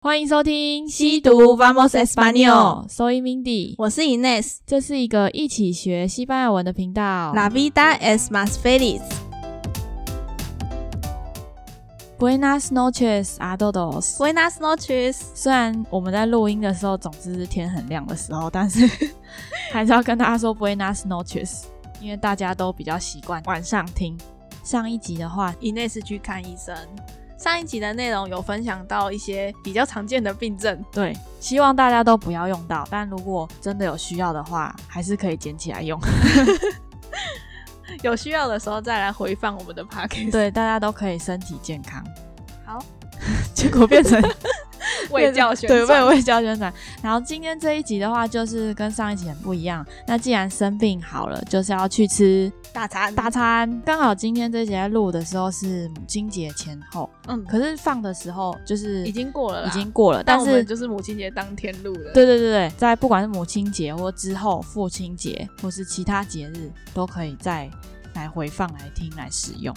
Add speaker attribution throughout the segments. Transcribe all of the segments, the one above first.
Speaker 1: 欢迎收听《
Speaker 2: 西读 Vamos Español
Speaker 1: Soy Mindy，
Speaker 2: 我是 Ines。
Speaker 1: 这是一个一起学西班牙文的频道。
Speaker 2: La vida es más feliz。
Speaker 1: Buenas noches, a todos。
Speaker 2: Buenas noches。
Speaker 1: 虽然我们在录音的时候，总之是天很亮的时候，但 是还是要跟大家说 Buenas noches，因为大家都比较习惯晚上听。上一集的话，
Speaker 2: Ines 去看医生。上一集的内容有分享到一些比较常见的病症，
Speaker 1: 对，希望大家都不要用到，但如果真的有需要的话，还是可以捡起来 用。
Speaker 2: 有需要的时候再来回放我们的 podcast。，
Speaker 1: 对，大家都可以身体健康。
Speaker 2: 好，
Speaker 1: 结果变 成
Speaker 2: 为教宣
Speaker 1: 对，为
Speaker 2: 传。
Speaker 1: 为教宣传。然后今天这一集的话，就是跟上一集很不一样。那既然生病好了，就是要去吃
Speaker 2: 大餐，
Speaker 1: 大餐。刚好今天这一集在录的时候是母亲节前后，
Speaker 2: 嗯，
Speaker 1: 可是放的时候就是
Speaker 2: 已经过了啦，
Speaker 1: 已经过了，
Speaker 2: 但
Speaker 1: 但
Speaker 2: 我
Speaker 1: 是
Speaker 2: 们。就是母亲节当天录的。，
Speaker 1: 对对对对，在不管是母亲节或之后父亲节，或是其他节日，都可以再来回放来听来使用。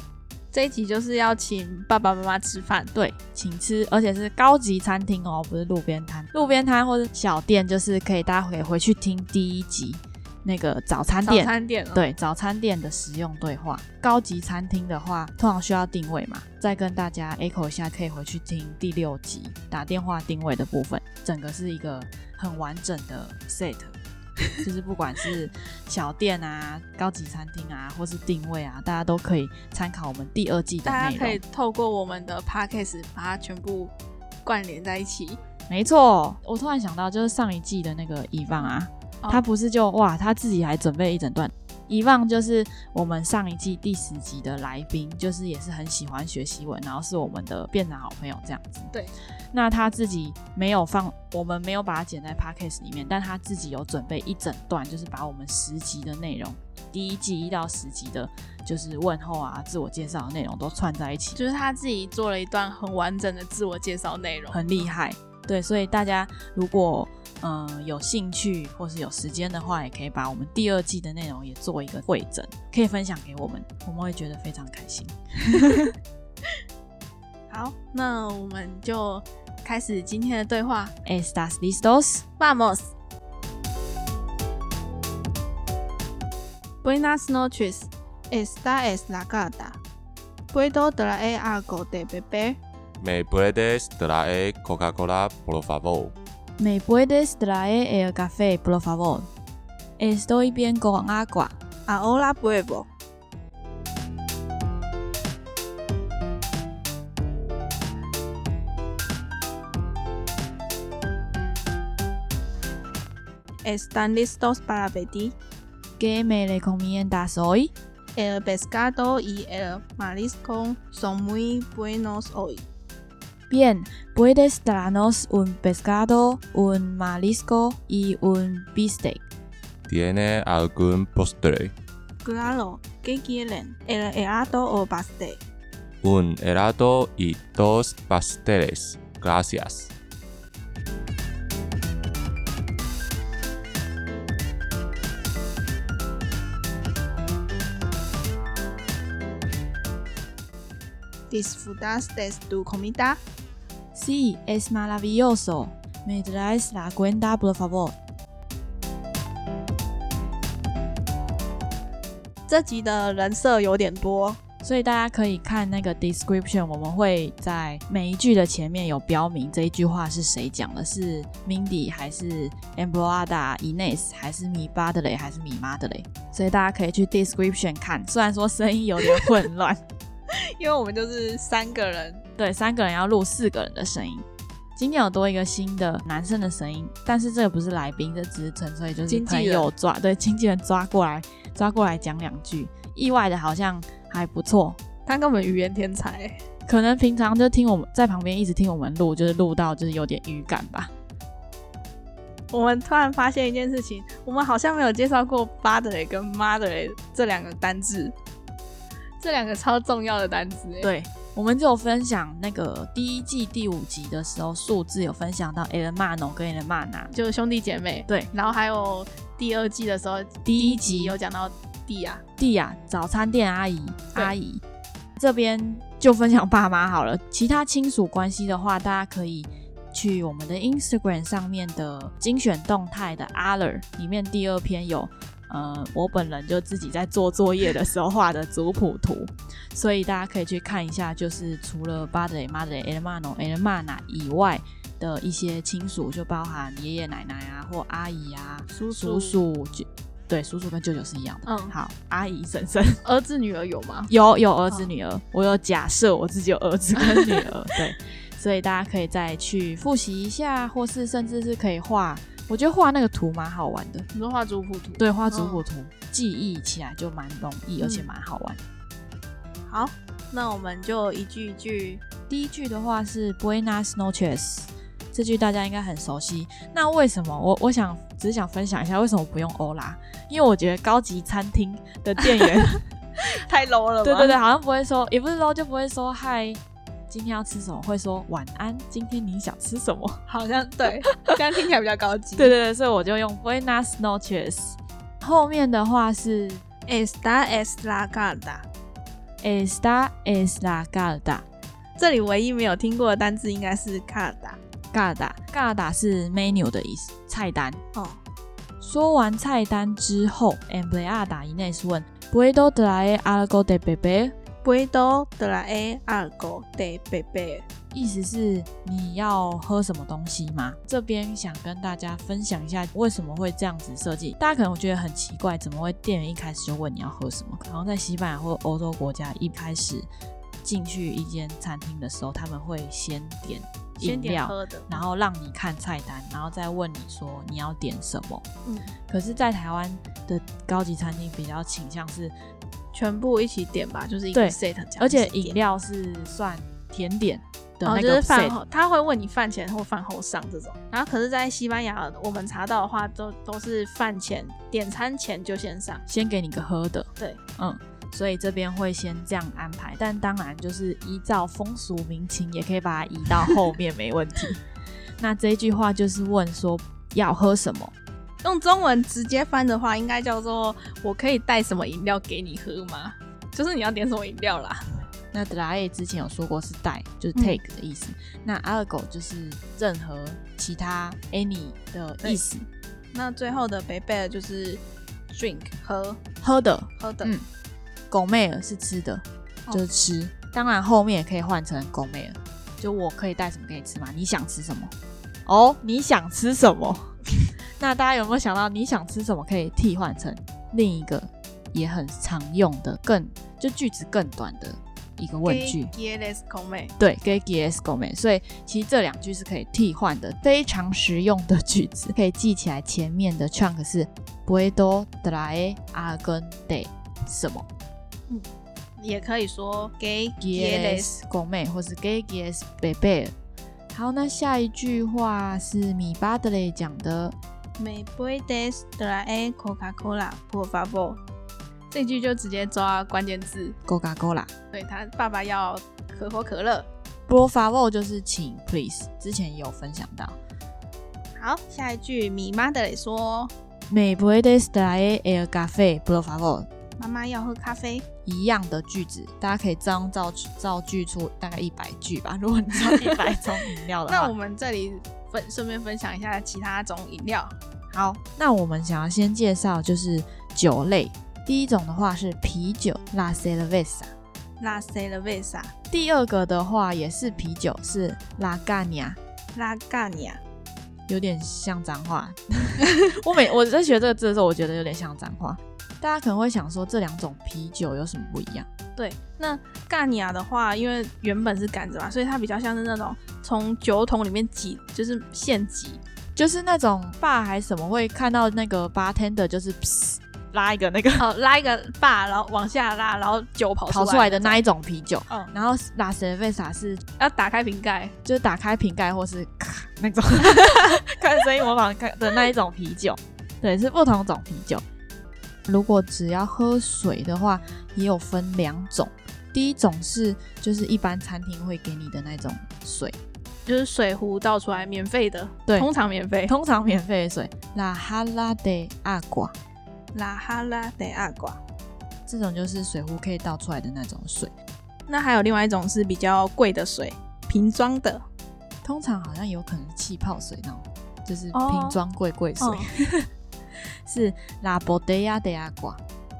Speaker 2: 这一集就是要请爸爸妈妈吃饭。
Speaker 1: 对，请吃，而且是高级餐厅哦，不是路边摊。路边摊或者小店，就是可以大家可以回去听第一集那个早餐
Speaker 2: 早
Speaker 1: 店。
Speaker 2: 餐店、哦，，
Speaker 1: 对早餐店的使用对话，高级餐厅的话，通常需要定位嘛，再跟大家 echo 一下，可以回去听第六集打电话定位的部分，整个是一个很完整的 set，就是不管是小店啊、高级餐厅啊，或是定位啊，大家都可以参考我们第二季的
Speaker 2: 大
Speaker 1: 内
Speaker 2: 家可以
Speaker 1: 容。
Speaker 2: 透过我们的 podcast 把它全部关联在一起。
Speaker 1: 没错，我突然想到，就是上一季的那个遗忘啊，
Speaker 2: 哦
Speaker 1: 他不是就哇，他自己还准备一整段。遗忘就是我们上一季第十集的来宾，就是也是很喜欢学习文，然后是我们的变成好朋友这样子。
Speaker 2: 对，
Speaker 1: 那他自己没有放，我们没有把它剪在 podcast 里面，但他自己有准备一整段，就是把我们十集的内容，第一季一到十集的，就是问候啊、自我介绍的内容都串在一起，
Speaker 2: 就是他自己做了一段很完整的自我介绍内容，
Speaker 1: 很厉害。对，所以大家如果嗯、呃有兴趣或是有时间的话，也可以把我们第二季的内容也做一个会诊，可以分享给我们，我们会觉得非常开心。
Speaker 2: 好，那我们就开始今天的对话。
Speaker 1: Estas listos?
Speaker 2: Vamos. Buenas noches. Esta es la gata. ¿Puedo traer algo de beber?
Speaker 3: Me puedes traer Coca-Cola, por favor.
Speaker 1: ¿Me puedes traer el café, por favor? Estoy bien con agua.
Speaker 2: Ahora vuelvo. ¿Están listos para pedir?
Speaker 1: ¿Qué me recomiendas hoy?
Speaker 2: El pescado y el marisco son muy buenos hoy.
Speaker 1: Bien, ¿puedes darnos un pescado, un marisco y un bistec?
Speaker 3: ¿Tiene algún postre?
Speaker 2: Claro, ¿qué quieren? ¿El helado o pastel?
Speaker 3: Un helado y dos pasteles. Gracias.
Speaker 2: ¿Disfrutas de tu comida?
Speaker 1: Sí, es maravilloso. ¿Me traes la cuenta, por favor?
Speaker 2: 这集的人设有点多，
Speaker 1: 所以大家可以看那个 description，我们会在每一句的前面有标明这一句话是谁讲的，是 Mindy 还是 Embrada Ines 还是米巴的嘞，还是米妈的嘞？所以大家可以去 description 看，虽然说声音有点混 乱，
Speaker 2: 因为我们就是三个人。
Speaker 1: 对，三个人要录四个人的声音。今天有多一个新的男生的声音，但是这个不是来宾，这只是纯粹就是
Speaker 2: 经纪
Speaker 1: 朋
Speaker 2: 人
Speaker 1: 友抓对经纪人抓过来抓过来讲两句，意外的好像还不错，
Speaker 2: 他跟我们语言天才，
Speaker 1: 可能平常就听我们在旁边一直听我们录，就是录到就是有点语感吧。
Speaker 2: 我们突然发现一件事情，我们好像没有介绍过 “father” 跟 “mother” 这两个单字，这两个超重要的单欸字。，
Speaker 1: 对，我们就有分享那个第一季第五集的时候，数字有分享到 El Mano 跟 El Mana。
Speaker 2: 就兄弟姐妹。
Speaker 1: 对，
Speaker 2: 然后还有第二季的时候，
Speaker 1: 第一
Speaker 2: 集
Speaker 1: 集
Speaker 2: 有讲到弟啊，
Speaker 1: 弟啊，早餐店阿姨
Speaker 2: 对
Speaker 1: 阿姨这边就分享爸妈好了，其他亲属关系的话，大家可以去我们的 Instagram 上面的精选动态的 Other 里面第二篇有，呃，我本人就自己在做作业的时候画的族谱图，所以大家可以去看一下，就是除了 Padre、Madre、Hermano、Hermana 以外的一些亲属，就包含爷爷奶奶啊，或阿姨啊、
Speaker 2: 叔
Speaker 1: 叔叔、舅对，叔叔跟舅舅是一样的。
Speaker 2: 嗯
Speaker 1: 好，阿姨、婶 婶，
Speaker 2: 儿子女儿有吗？
Speaker 1: 有有儿子
Speaker 2: 哦
Speaker 1: 女儿，我有假设我自己有儿子跟女 儿，对，所以大家可以再去复习一下，或是甚至是可以画，我觉得画那个图蛮好玩的，
Speaker 2: 你说画族谱图？
Speaker 1: 对，画族谱图、嗯记忆起来就蛮容易，而且蛮好玩。
Speaker 2: 好，那我们就一句一句。
Speaker 1: 第一句的话是 Buenas noches，这句大家应该很熟悉。那为什么我我想只是想分享一下为什么不用欧啦？因为我觉得高级餐厅的店员
Speaker 2: 太 low 了吧？
Speaker 1: 对对对，好像不会说，也不是说就不会说嗨，今天要吃什么，会说晚安，今天你想吃什么？
Speaker 2: 好像 对，这样听起来比较高级。
Speaker 1: 对对对，所以我就用 Buenas noches。后面的话是
Speaker 2: ，esta es la garda。
Speaker 1: Esta es la garda。
Speaker 2: 这里唯一没有听过的单字应该是 garda。
Speaker 1: garda garda 是 menu 的意思，菜单。
Speaker 2: 哦，
Speaker 1: 说完菜单之后 e m p l e a d a Ines 问 Puedo traer algo de beber？
Speaker 2: puedo traer algo de beber。
Speaker 1: 意思是你要喝什么东西吗？这边想跟大家分享一下为什么会这样子设计。大家可能觉得很奇怪，怎么会店员一开始就问你要喝什么？好像在西班牙或欧洲国家，一开始进去一间餐厅的时候，他们会先点饮
Speaker 2: 先点
Speaker 1: 料，
Speaker 2: 喝的，
Speaker 1: 然后让你看菜单，然后再问你说你要点什么。
Speaker 2: 嗯，
Speaker 1: 可是，在台湾的高级餐厅比较倾向是，
Speaker 2: 全部一起点吧，就是一个
Speaker 1: 对
Speaker 2: set 这样一起点。
Speaker 1: 而且饮料是算甜点的
Speaker 2: 哦，
Speaker 1: 那
Speaker 2: 就是
Speaker 1: 个 set，、
Speaker 2: 饭后，他会问你饭前或饭后上这种。然后可是，在西班牙我们查到的话，都都是饭前点餐前就先上。
Speaker 1: 先给你个喝的。
Speaker 2: 对，
Speaker 1: 嗯，所以这边会先这样安排，但当然就是依照风俗民情，也可以把它移到后面，没问题。那这一句话就是问说要喝什么，
Speaker 2: 用中文直接翻的话，应该叫做“我可以带什么饮料给你喝吗？”就是你要点什么饮料啦。
Speaker 1: 那 d r a 之前有说过是带，就是
Speaker 2: 嗯
Speaker 1: take 的意思。那 algo 就是任何其他 any 的意思，
Speaker 2: 那最后的贝贝就是 drink 喝
Speaker 1: 喝的。
Speaker 2: 喝的，
Speaker 1: 嗯，狗妹儿是吃的，就是吃。当然后面也可以换成狗妹儿，就我可以带什么给你吃嘛？你想吃什么？哦，你想吃什么？ 那大家有没有想到你想吃什么可以替换成另一个也很常用的更就句子更短的一个问句？
Speaker 2: Yes, come.
Speaker 1: 对 g a y g s g o m e 所以其实这两句是可以替换的，非常实用的句子，可以记起来。前面的 chunk 是 puedo traer algo de 什么
Speaker 2: 也可以说 gay
Speaker 1: ，gs g o m e 或是 g a y gs bebe。好，那下一句话是米巴德雷讲的，
Speaker 2: me puedes traer Coca Cola por favor。这句就直接抓关键字，
Speaker 1: Coca Cola。
Speaker 2: 对他爸爸要可口可乐。
Speaker 1: Por favor 就是请 please，之前也有分享到。
Speaker 2: 好，下一句米妈的也说
Speaker 1: Me puedes traer el café, por favor。
Speaker 2: 妈妈要喝咖啡，
Speaker 1: 一样的句子，大家可以这样造造句出大概一百句吧。 如果你知道一百种饮料的话，
Speaker 2: 那我们这里分顺便分享一下其他种饮料。
Speaker 1: 好，那我们想要先介绍就是酒类。第一种的话是啤酒，La Cerveza。
Speaker 2: La cerveza,
Speaker 1: 第二个的话也是啤酒，是 La g a n i a
Speaker 2: la caña。
Speaker 1: 啊有点像脏话。 我每我在学这个字的时候，我觉得有点像脏话。大家可能会想说，这两种啤酒有什么不一样？
Speaker 2: 对，那干尼亚的话，因为原本是杆子嘛，所以它比较像是那种从酒桶里面挤，就是现挤。
Speaker 1: 就是那种爸还是什么会看到那个 bartender 就是噗拉一个那个
Speaker 2: 哦，拉一个把，然后往下拉，然后酒跑
Speaker 1: 跑出来的
Speaker 2: 种
Speaker 1: 那一种哦啤酒。
Speaker 2: 嗯，
Speaker 1: 然后 La Cerveza 是
Speaker 2: 要打开瓶盖，
Speaker 1: 就是打开瓶盖或是咔那 种看声音模仿看的那一种啤酒，对，是不同种啤酒。如果只要喝水的话，也有分两种。第一种是就是一般餐厅会给你的那种水，
Speaker 2: 就是水壶倒出来，免费的，
Speaker 1: 对
Speaker 2: 通常免费。
Speaker 1: 通常免费的水，La h a l a de agua，
Speaker 2: 拉哈拉得阿瓜。
Speaker 1: 这种就是水壶可以倒出来的那种水。
Speaker 2: 那还有另外一种是比较贵的水，瓶装的
Speaker 1: 通常好像有可能是气泡水那种，就是
Speaker 2: 哦
Speaker 1: 瓶装贵贵水，
Speaker 2: 哦
Speaker 1: 是拉波德亚的阿瓜，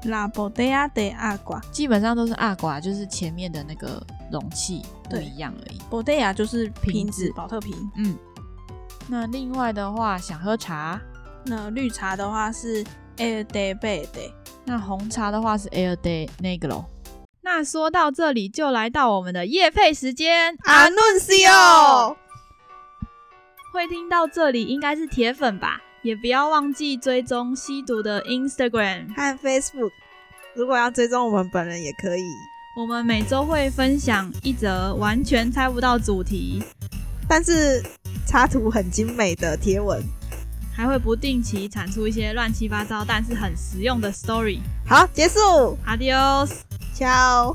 Speaker 2: 拉布德亚德阿瓜，
Speaker 1: 基本上都是阿瓜，就是前面的那个容器不
Speaker 2: 对
Speaker 1: 一样而已。
Speaker 2: 布德亚就是
Speaker 1: 瓶
Speaker 2: 瓶
Speaker 1: 子
Speaker 2: 子保特瓶。
Speaker 1: 嗯，那另外的话，想喝茶，
Speaker 2: 那绿茶的话是哎 air day bed，
Speaker 1: 那红茶的话是 Air Day Negro。
Speaker 4: 那说到这里，就来到我们的夜配时间。
Speaker 2: 阿伦西哦奥。
Speaker 4: 会听到这里应该是铁粉吧，也不要忘记追踪吸毒的 Instagram。
Speaker 5: 和 Facebook。如果要追踪我们本人也可以，
Speaker 4: 我们每周会分享一则完全猜不到主题，
Speaker 5: 但是插图很精美的贴文。
Speaker 4: 还会不定期产出一些乱七八糟但是很实用的 story。
Speaker 5: 好，结束，
Speaker 4: Adios。
Speaker 5: ciao。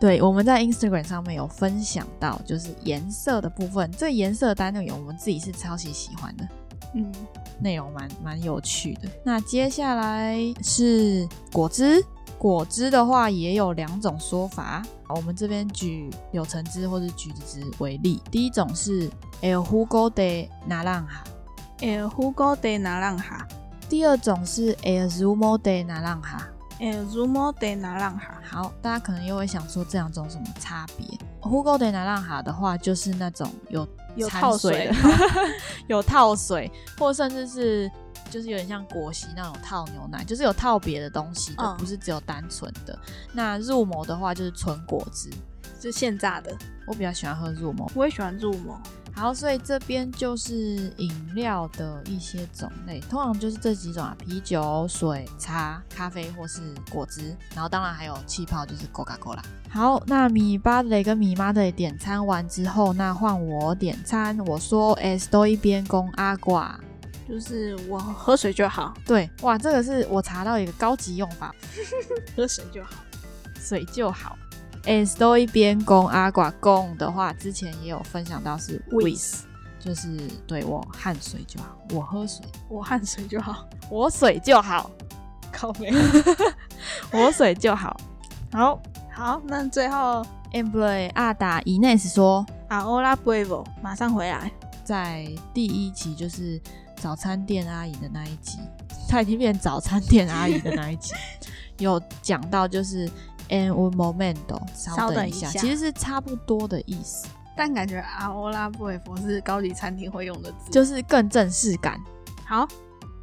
Speaker 1: 对，我们在 Instagram 上面有分享到，就是颜色的部分。这颜色单内容我们自己是超级喜欢的，
Speaker 2: 嗯，
Speaker 1: 内容蛮蛮有趣的。那接下来是果汁，果汁的话也有两种说法，我们这边举柳橙汁或者橘子汁为例。第一种是 El jugo de naranja，
Speaker 2: el jugo de naranja。
Speaker 1: 第二种是 El zumo de naranja。
Speaker 2: el zumo de naranja，
Speaker 1: 好，大家可能又会想说这两种什么差别？Hugo de Naranja 的话，就是那种有
Speaker 2: 有
Speaker 1: 掺
Speaker 2: 套
Speaker 1: 水
Speaker 2: 水
Speaker 1: 的， 有套水，或甚至是就是有点像果昔那种套牛奶，就是有套别的东西的，
Speaker 2: 嗯
Speaker 1: 不是只有单纯的。那入魔的话就是纯果汁，
Speaker 2: 就现榨的。
Speaker 1: 我比较喜欢喝入魔。
Speaker 2: 我也喜欢入魔。
Speaker 1: 好，所以这边就是饮料的一些种类，通常就是这几种啊：啤酒、水、茶、咖啡或是果汁，然后当然还有气泡，就是 Coca Cola。好，那米巴的跟米妈的点餐完之后，那换我点餐，我说 estoy bien con agua。
Speaker 2: 就是我喝水就好，
Speaker 1: 对，哇，这个是我查到一个高级用法，
Speaker 2: 喝水就好。
Speaker 1: 水就好。estoy bien con agua con 的话，之前也有分享到是 with，就是对我汗水就好，我喝水。
Speaker 2: 我汗水就好，
Speaker 1: 我水就好，
Speaker 2: 靠没。
Speaker 1: 我水就好。好
Speaker 2: 好，那最后
Speaker 1: ，Employ 阿达 Ines 说，
Speaker 2: a o l a buevo，马上回来。
Speaker 1: 在第一集就是早餐店阿姨的那一集，她已经变早餐店阿姨的那一 集，有讲到就是 en un momento，稍
Speaker 2: 稍
Speaker 1: 等
Speaker 2: 等
Speaker 1: 一
Speaker 2: 一
Speaker 1: 下，
Speaker 2: 下
Speaker 1: 其实是差不多的意思，
Speaker 2: 但感觉 a o l a buevo 是高级餐厅会用的字。
Speaker 1: 就是更正式 感。
Speaker 2: 好，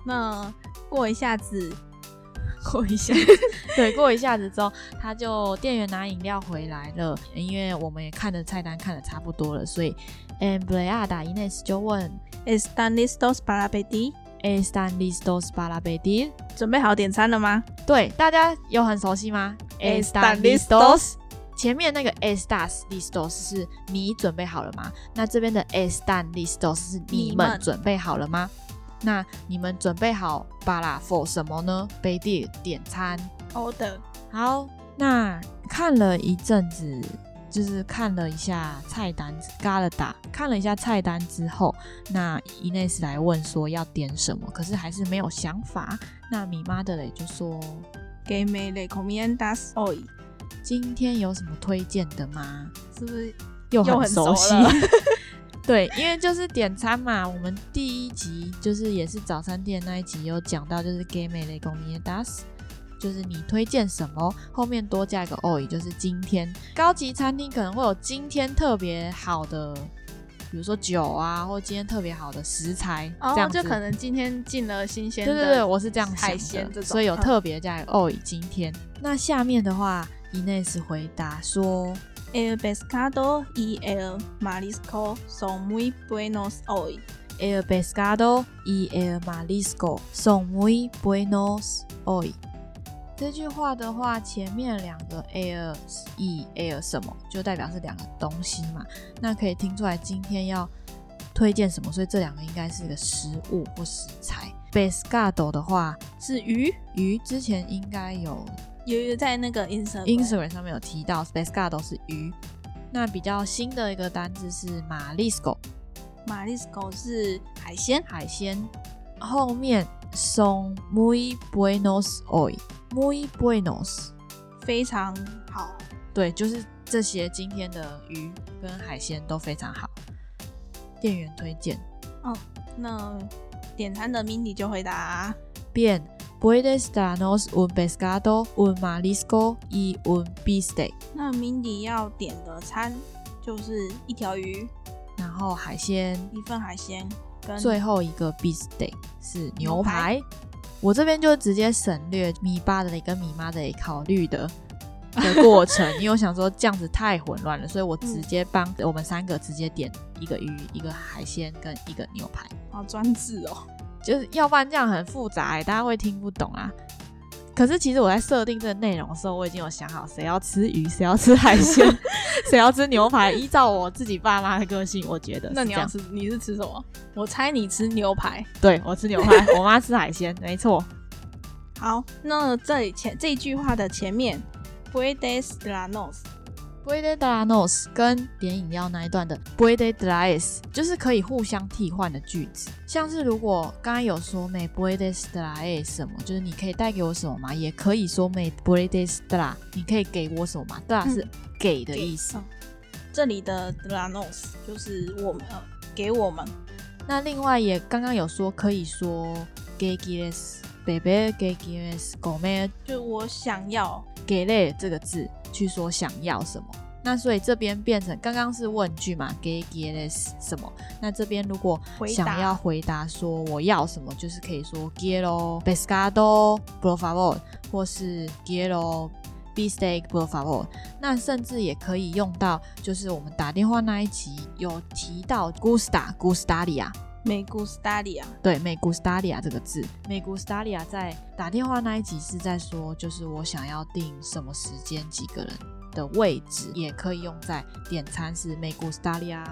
Speaker 2: 那过一下子，
Speaker 1: 过一下， 对，过一下子之后，他就店员拿饮料回来了，因为我们也看的菜单看的差不多了，所以 Employ 阿达 Ines 就问
Speaker 2: están listos para pedir？
Speaker 1: Están listos para pedir？
Speaker 2: 准备好点餐了吗？
Speaker 1: 对，大家有很熟悉吗
Speaker 2: Están
Speaker 1: listos？前面那个 estas listos 是你准备好了吗？那这边的 están listos 是你
Speaker 2: 你
Speaker 1: 们
Speaker 2: 们
Speaker 1: 准备好了吗？那你们准备好 para for 什么呢？pedir 点餐。
Speaker 2: 好的，
Speaker 1: 好，那看了一阵子，就是看了一下菜单，嘎了打，看了一下菜单之后，那伊内斯来问说要点什么，可是还是没有想法。那米妈的嘞就说
Speaker 2: 给 me le comiendas hoy，
Speaker 1: 今天有什么推荐的吗？
Speaker 2: 是不是？
Speaker 1: 又
Speaker 2: 又
Speaker 1: 很
Speaker 2: 很
Speaker 1: 熟
Speaker 2: 熟
Speaker 1: 悉
Speaker 2: 了。
Speaker 1: 对，因为就是点餐嘛，我们第一集就是也是早餐店那一集有讲到，就是 g a m e de g o m i d a s 就是你推荐什么，后面多加一个 o 也就是今天高级餐厅可能会有今天特别好的，比如说酒啊，或今天特别好的食材，这样
Speaker 2: 哦就
Speaker 1: 子
Speaker 2: 可能今天进了新鲜
Speaker 1: 对
Speaker 2: 的，
Speaker 1: 对对，我是这样想
Speaker 2: 海
Speaker 1: 的
Speaker 2: 鲜这种，
Speaker 1: 所以有
Speaker 2: 嗯
Speaker 1: 特别加一个 o E，今天。那下面的话，Ines 回答说，
Speaker 2: El pescado y el marisco son muy buenos hoy。
Speaker 1: El pescado y el marisco son muy buenos hoy。这句话的话，前面两个 el y el 什么，就代表是两个东西嘛。那可以听出来今天要推荐什么，所以这两个应该是个食物或食材。pescado 的话
Speaker 2: 是鱼，
Speaker 1: 鱼，之前应该有
Speaker 2: 有有在那个 Instagram
Speaker 1: Instagram 上面有提到，pescado 是鱼。那比较新的一个单字是 marisco，
Speaker 2: marisco 是海鲜，
Speaker 1: 海鲜，后面 son muy buenos hoy，muy buenos，
Speaker 2: 非常好，
Speaker 1: 对，就是这些今天的鱼跟海鲜都非常好，店员推荐。
Speaker 2: 那点餐的 mini 就回答，啊
Speaker 1: Bien, puedes darnos un pescado, un marisco y un bistec，
Speaker 2: 那 mini 要点的餐就是一条鱼、
Speaker 1: 然后海鲜，
Speaker 2: 一份海鲜跟
Speaker 1: 最后一个 bistec 是牛
Speaker 2: 牛排
Speaker 1: 排。我这边就直接省略米巴的跟米妈的考虑的的过 程，因为我想说这样子太混乱了，所以我
Speaker 2: 嗯
Speaker 1: 直接帮我们三个直接点一个鱼、一个海鲜跟一个牛排，
Speaker 2: 好专制哦。
Speaker 1: 就是要不然这样很复杂、欸，大家会听不懂啊。可是其实我在设定这个内容的时候，我已经有想好谁要吃鱼，谁要吃海鲜， 谁要吃牛排。依照我自己爸妈的个性，我觉得
Speaker 2: 那
Speaker 1: 是
Speaker 2: 你
Speaker 1: 这
Speaker 2: 要
Speaker 1: 样
Speaker 2: 吃你是吃什么？我猜你吃牛排。
Speaker 1: 对我吃牛排，我妈吃海鲜，没错。
Speaker 2: 好，那这里前这一句话的前面 p u e d e s la nos，
Speaker 1: Puede d a r nos 跟点饮料那一段的 Puede traes 就是可以互相替换的句子，像是如果刚刚有说 Me puedes traes 什么，就是你可以带给我什么嘛，也可以说 Me puedes dar，你可以给我什么嘛，dar
Speaker 2: 嗯
Speaker 1: 是给的意思。
Speaker 2: 嗯这里的 la nos 就是我们、呃、给我们，
Speaker 1: 那另外也刚刚有说可以说 Que quieres beber, que quieres comer,
Speaker 2: 就我想要，
Speaker 1: 给类这个字去说想要什么。那所以这边变成刚刚是问句嘛，给给了什么？那这边如果
Speaker 2: 回答
Speaker 1: 想要回答说我要什么，就是可以说 quiero pescado por favor，或是 quiero bistec por favor。那甚至也可以用到，就是我们打电话那一集有提到 gusta gustaria，
Speaker 2: 美 gustaria，
Speaker 1: 对，美古斯达利亚这个字，美古斯达利亚在打电话那一集是在说，就是我想要订什么时间几个人的位置，也可以用在点餐是美古斯达利亚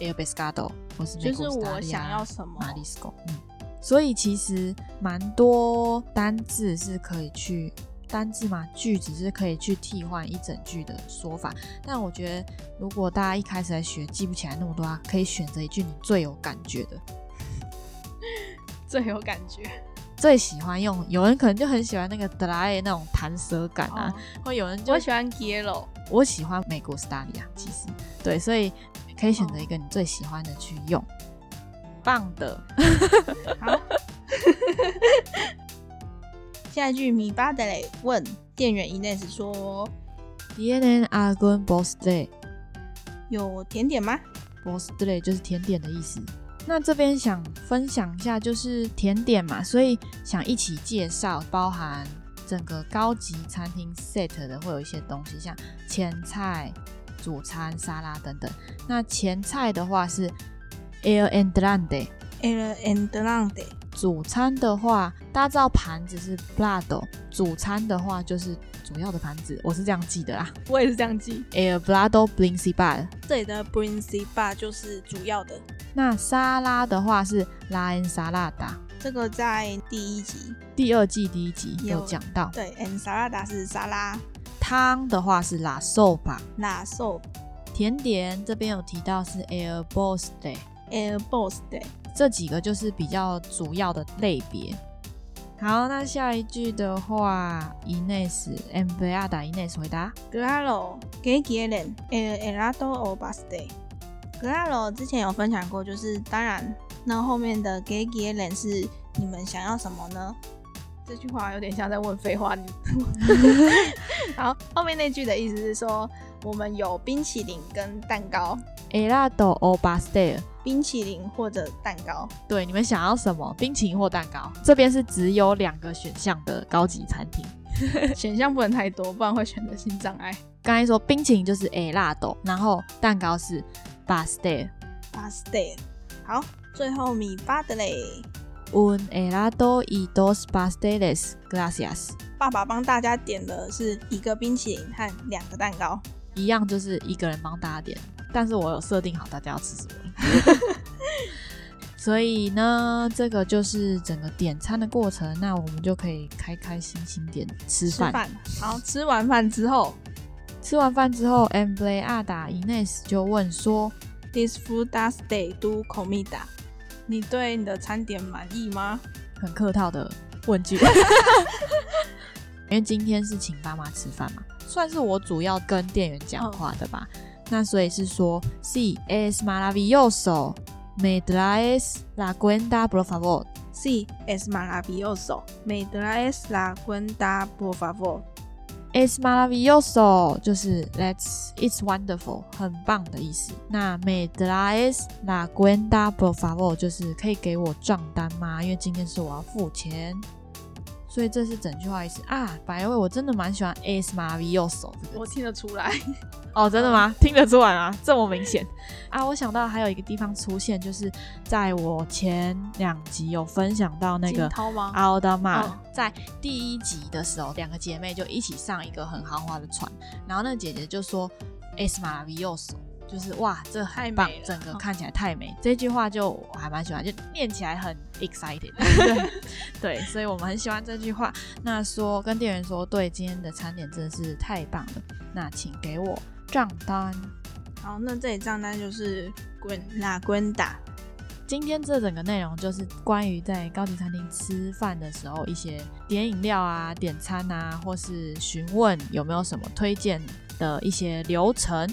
Speaker 1: El Pescado，或是
Speaker 2: 就是我想要什么。
Speaker 1: 马里斯 o 嗯，所以其实蛮多单字是可以去单字嘛，句子是可以去替换一整句的说法。但我觉得，如果大家一开始在学记不起来那么多啊，可以选择一句你最有感觉的。
Speaker 2: 最有感觉
Speaker 1: 最喜欢用，有人可能就很喜欢那个德拉耶那种弹舌感啊，或有人就
Speaker 2: 哦我喜欢 yellow，
Speaker 1: 我喜欢美国斯大利亚，其实对，所以可以选择一个你最喜欢的去用，棒的。
Speaker 2: 好， 下一句米巴德雷问店员 Ines 说
Speaker 1: Tienen algún postre？：“
Speaker 2: 有甜点吗
Speaker 1: postre 就是甜点的意思。那这边想分享一下，就是甜点嘛，所以想一起介绍，包含整个高级餐厅 set 的会有一些东西，像前菜、主餐、沙拉等等。那前菜的话是 el entrante，
Speaker 2: ？”El entrante
Speaker 1: 主餐的话，大家知道盘子是 plato，主餐的话就是主要的盘子，我是这样记得啦。
Speaker 2: 我也是这样记。
Speaker 1: el plato principal。
Speaker 2: 这里的 principal 就是主要的，
Speaker 1: 那沙拉的话是 la ensalada。
Speaker 2: 这个在第一集
Speaker 1: 第二季第一集
Speaker 2: 有
Speaker 1: 有讲到，
Speaker 2: 对 ensalada 是沙拉
Speaker 1: 汤的话是 la sopa，
Speaker 2: 拉寿
Speaker 1: 甜点这边有提到是 air boss day，
Speaker 2: air boss 对，
Speaker 1: 这几个就是比较主要的类别。好，那下一句的话，Ines M V R 打 Ines 回答，
Speaker 2: Claro, que quieren el helado o pastel. 哦 Claro，之前有分享过，就是当然，那后面的 que quieren 是你们想要什么呢？这句话有点像在问废话。你 好，后面那句的意思是说，我们有冰淇淋跟蛋糕，
Speaker 1: helado o pastel，
Speaker 2: 冰淇淋或者蛋糕。
Speaker 1: 对，你们想要什么？冰淇淋或蛋糕？这边是只有两个选项的高级餐厅。
Speaker 2: 选项不能太多，不然会选择性障碍。
Speaker 1: 刚才说冰淇淋就是 helado，然后蛋糕是 pastel。
Speaker 2: Pastel。好，最后米巴德嘞。
Speaker 1: Un helado y dos pasteles, gracias。
Speaker 2: 爸爸帮大家点的是一个冰淇淋和两个蛋糕。
Speaker 1: 一样就是一个人帮大家点，但是我有设定好大家要吃什么。 所以呢，这个就是整个点餐的过程，那我们就可以开开心心点吃
Speaker 2: 吃
Speaker 1: 饭。
Speaker 2: 饭，好，吃完饭之后
Speaker 1: 吃完饭之后 m b l a 阿达 Ines 就问说
Speaker 2: ，This food does day do comida。你对你的餐点满意吗？
Speaker 1: 很客套的问句因为今天是请爸妈吃饭嘛，算是我主要跟店员讲话的吧。那所以是说，si es maravilloso, me traes la cuenta por favor。
Speaker 2: Si es maravilloso, me traes la cuenta por favor。
Speaker 1: It's maravilloso，就是 Let's It's wonderful，很棒的意思。那 Me traes la cuenta por favor，就是可以给我账单吗？因为今天是我要付钱，所以这是整句话意思啊。百位，我真的蛮喜欢 It's maravilloso 这个
Speaker 4: 我
Speaker 1: 字
Speaker 4: 听得出来。
Speaker 1: 哦，真的吗？听得出来吗？这么明显啊！我想到还有一个地方出现，就是在我前两集有分享到那个啊
Speaker 4: 惊涛吗？
Speaker 1: 奥德曼
Speaker 4: 哦
Speaker 1: 在第一集的时候，两个姐妹就一起上一个很豪华的船，然后那个姐姐就说 “es maravilloso”，就是哇，这很棒
Speaker 4: 太美，了
Speaker 1: 整个
Speaker 4: 嗯
Speaker 1: 看起来太美。这句话就我还蛮喜欢，就念起来很 excited，对对，所以我们很喜欢这句话。那说跟店员说，对今天的餐点真的是太棒了，那请给我账单。
Speaker 2: 好，那这里账单就是滚 la cuenta。
Speaker 1: 今天这整个内容就是关于在高级餐厅吃饭的时候，一些点饮料啊、点餐啊，或是询问有没有什么推荐的一些流程。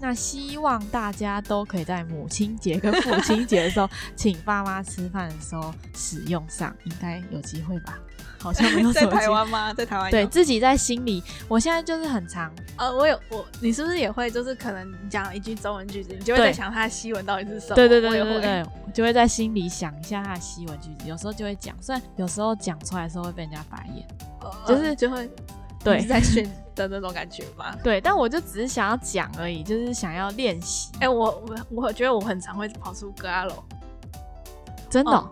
Speaker 1: 那希望大家都可以在母亲节跟父亲节的时候，请爸妈吃饭的时候使用上，应该有机会吧？好像没有什
Speaker 2: 在
Speaker 1: 么机
Speaker 2: 台
Speaker 1: 会。
Speaker 2: 湾吗？在台湾有
Speaker 1: 对自己在心里，我现在就是很常
Speaker 4: 呃，我有我，你是不是也会？就是可能你讲一句中文句子，你就会
Speaker 1: 对
Speaker 4: 在想它的西文到底是什么？
Speaker 1: 对对对
Speaker 4: 我也
Speaker 1: 对
Speaker 4: 会
Speaker 1: 对对，我就会在心里想一下他的西文句子，有时候就会讲，虽然有时候讲出来的时候会被人家白眼，
Speaker 4: 呃
Speaker 1: 就是
Speaker 2: 嗯
Speaker 4: 就会
Speaker 1: 对
Speaker 4: 你是在训的那种感觉吗？
Speaker 1: 对，但我就只是想要讲而已，就是想要练习。
Speaker 4: 哎、我我我觉得我很常会跑出格拉罗，
Speaker 1: 真的哦、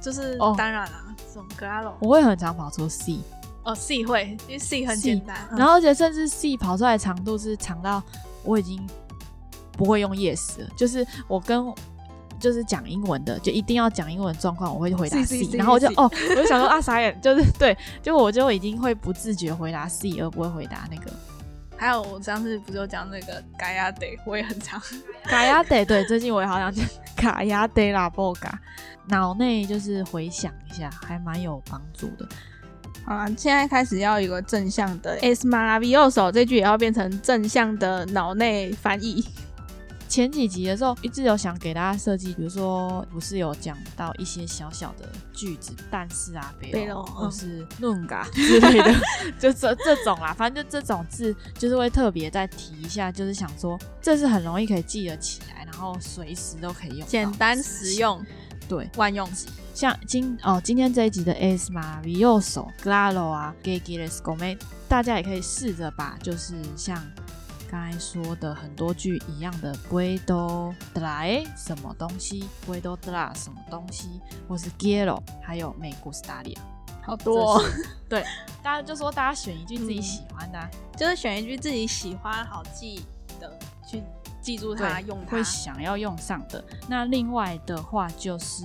Speaker 4: 就是、
Speaker 1: 哦
Speaker 4: 当然啦，这种格拉罗，
Speaker 2: 哦
Speaker 1: 我会很常跑出 C，、
Speaker 4: 哦，C 会，因为 C 很简单，嗯
Speaker 1: 然后而且甚至 C 跑出来的长度是长到我已经不会用 yes 了，就是我跟。就是讲英文的，就一定要讲英文的状况，我会回答
Speaker 4: C，C，C，
Speaker 1: 然后我就
Speaker 4: C
Speaker 1: 哦，我就想说啊傻眼，就是对，就我就已经会不自觉回答 C，而不会回答那个
Speaker 4: 还有我上次不是有讲那个嘎呀得，我也很常，
Speaker 1: 嘎呀得，对，最近我也好想讲嘎呀得啦，不嘎，脑内就是回想一下，还蛮有帮助的。
Speaker 2: 好啦，现在开始要有一个正向的 es maravilloso 这句也要变成正向的脑内翻译。
Speaker 1: 前几集的时候，一直有想给大家设计，比如说不是有讲到一些小小的句子，但是啊，
Speaker 2: 贝
Speaker 1: 贝
Speaker 2: 洛
Speaker 4: 哦
Speaker 1: 洛
Speaker 2: 嗯
Speaker 1: 或是论嘎之类的，就这这种啦，反正就这种字，就是会特别再提一下，就是想说这是很容易可以记得起来，然后随时都可以用到，
Speaker 4: 简单实用，
Speaker 1: 对。
Speaker 4: 万用级。
Speaker 1: 像今哦，今天这一集的 Es Maravilloso Claro 啊 g a y g i l e s g o m e 大家也可以试着把就是像刚才说的很多句一样的 Puedo traer 什么东西，Puedo traer 什么东西，或是 Quiero，还有 Me gustaría，
Speaker 4: 好
Speaker 1: 多、这是对，大家就说大家选一句自己喜欢的啊、
Speaker 4: 就是选一句自己喜欢、好记的，去记
Speaker 2: 嗯
Speaker 4: 住它、
Speaker 1: 对，
Speaker 4: 用它
Speaker 1: 会。想要用上的。那另外的话就是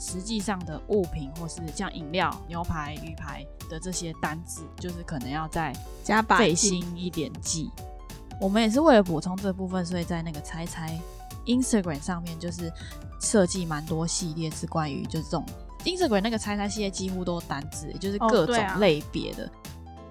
Speaker 1: 实际上的物品，或是像饮料、牛排、鱼排的这些单字，就是可能要再
Speaker 2: 加把
Speaker 1: 费心一点记。我们也是为了补充这部分，所以在那个猜猜 Instagram 上面就是设计蛮多系列是关于就是这种 Instagram 那个猜猜系列几乎都是单字，也就是
Speaker 2: 哦
Speaker 1: 各
Speaker 2: 对
Speaker 1: 种
Speaker 2: 啊
Speaker 1: 类别的。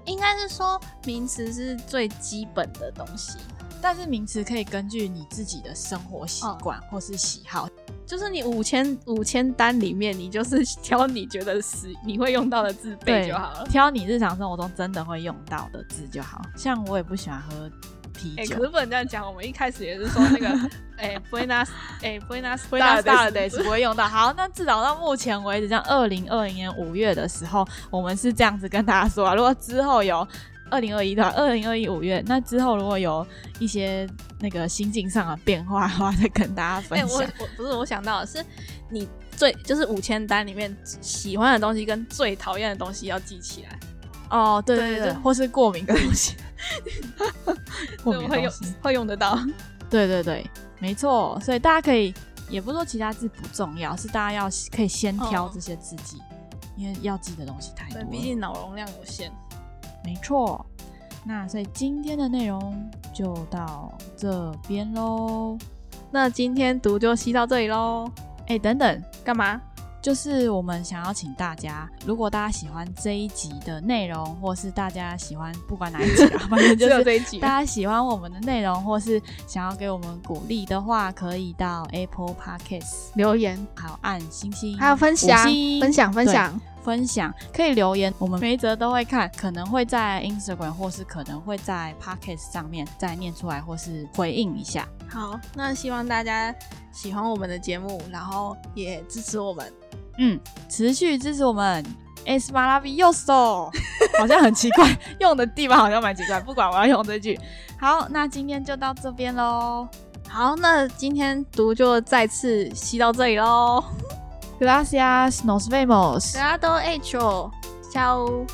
Speaker 4: 应该是说名词是最基本的东西，
Speaker 1: 但是名词可以根据你自己的生活习
Speaker 4: 嗯
Speaker 1: 惯或是喜好
Speaker 4: 就是你五千五千单里面，你就是 挑你觉得是你会用到的字
Speaker 1: 对
Speaker 4: 背就好了。
Speaker 1: 挑你日常生活中真的会用到的字就好。像我也不喜欢喝啤
Speaker 4: 哎、
Speaker 1: 酒
Speaker 4: 可是，不能这样讲。我们一开始也是说那个，哎、b u e n a s 哎、b u e n a s
Speaker 1: 大大 的是不会用到。好，那至少到目前为止，像二零二零年五月的时候，我们是这样子跟大家说啊。如果之后有二零二一的二零二一五月，那之后如果有一些那个心境上的变化的话，再跟大家分
Speaker 4: 哎、我
Speaker 1: 享。
Speaker 4: 我不是我想到的是，你最就是五千单里面喜欢的东西跟最讨厌的东西要记起来。
Speaker 1: 哦，对
Speaker 4: 对
Speaker 1: 对对，
Speaker 4: 就
Speaker 1: 或是过敏的东 西，过
Speaker 4: 对
Speaker 1: 敏的
Speaker 4: 会
Speaker 1: 东
Speaker 4: 用
Speaker 1: 西。
Speaker 4: 会用得到。
Speaker 1: 对对对，没错。所以大家可以，也不是说其他字不重要，是大家要可以先挑
Speaker 4: 哦
Speaker 1: 这些字记，因为要记的东西太多
Speaker 4: 对，
Speaker 1: 了。
Speaker 4: 毕竟脑容量有限。
Speaker 1: 没错。那所以今天的内容就到这边喽。
Speaker 4: 那今天读就吸到这里喽。
Speaker 1: 哎，等等，
Speaker 4: 干嘛？
Speaker 1: 就是我们想要请大家，如果大家喜欢这一集的内容，或是大家喜欢不管哪一集啊，反正就
Speaker 4: 只有
Speaker 1: 是
Speaker 4: 这一集
Speaker 1: 大。家喜欢我们的内容，或是想要给我们鼓励的话，可以到 Apple Podcast
Speaker 6: 留言，
Speaker 1: 还有按星星，
Speaker 6: 还有分享
Speaker 1: 五星，
Speaker 6: 分享，分
Speaker 1: 对
Speaker 6: 享。
Speaker 1: 分享，可以留言，我们每一则都会看，可能会在 Instagram 或是可能会在 Podcast 上面再念出来，或是回应一下。
Speaker 2: 好，那希望大家喜欢我们的节目，然后也支持我们。
Speaker 1: 嗯，持续支持我们。S 马拉比右手， 好像很奇怪，用的地方好像蛮奇怪。不管，我要用这句。好，那今天就到这边喽。
Speaker 2: 好，那今天读就再次吸到这里喽。
Speaker 1: Gracias, nos vemos.
Speaker 6: 哦
Speaker 2: Grado H，下午。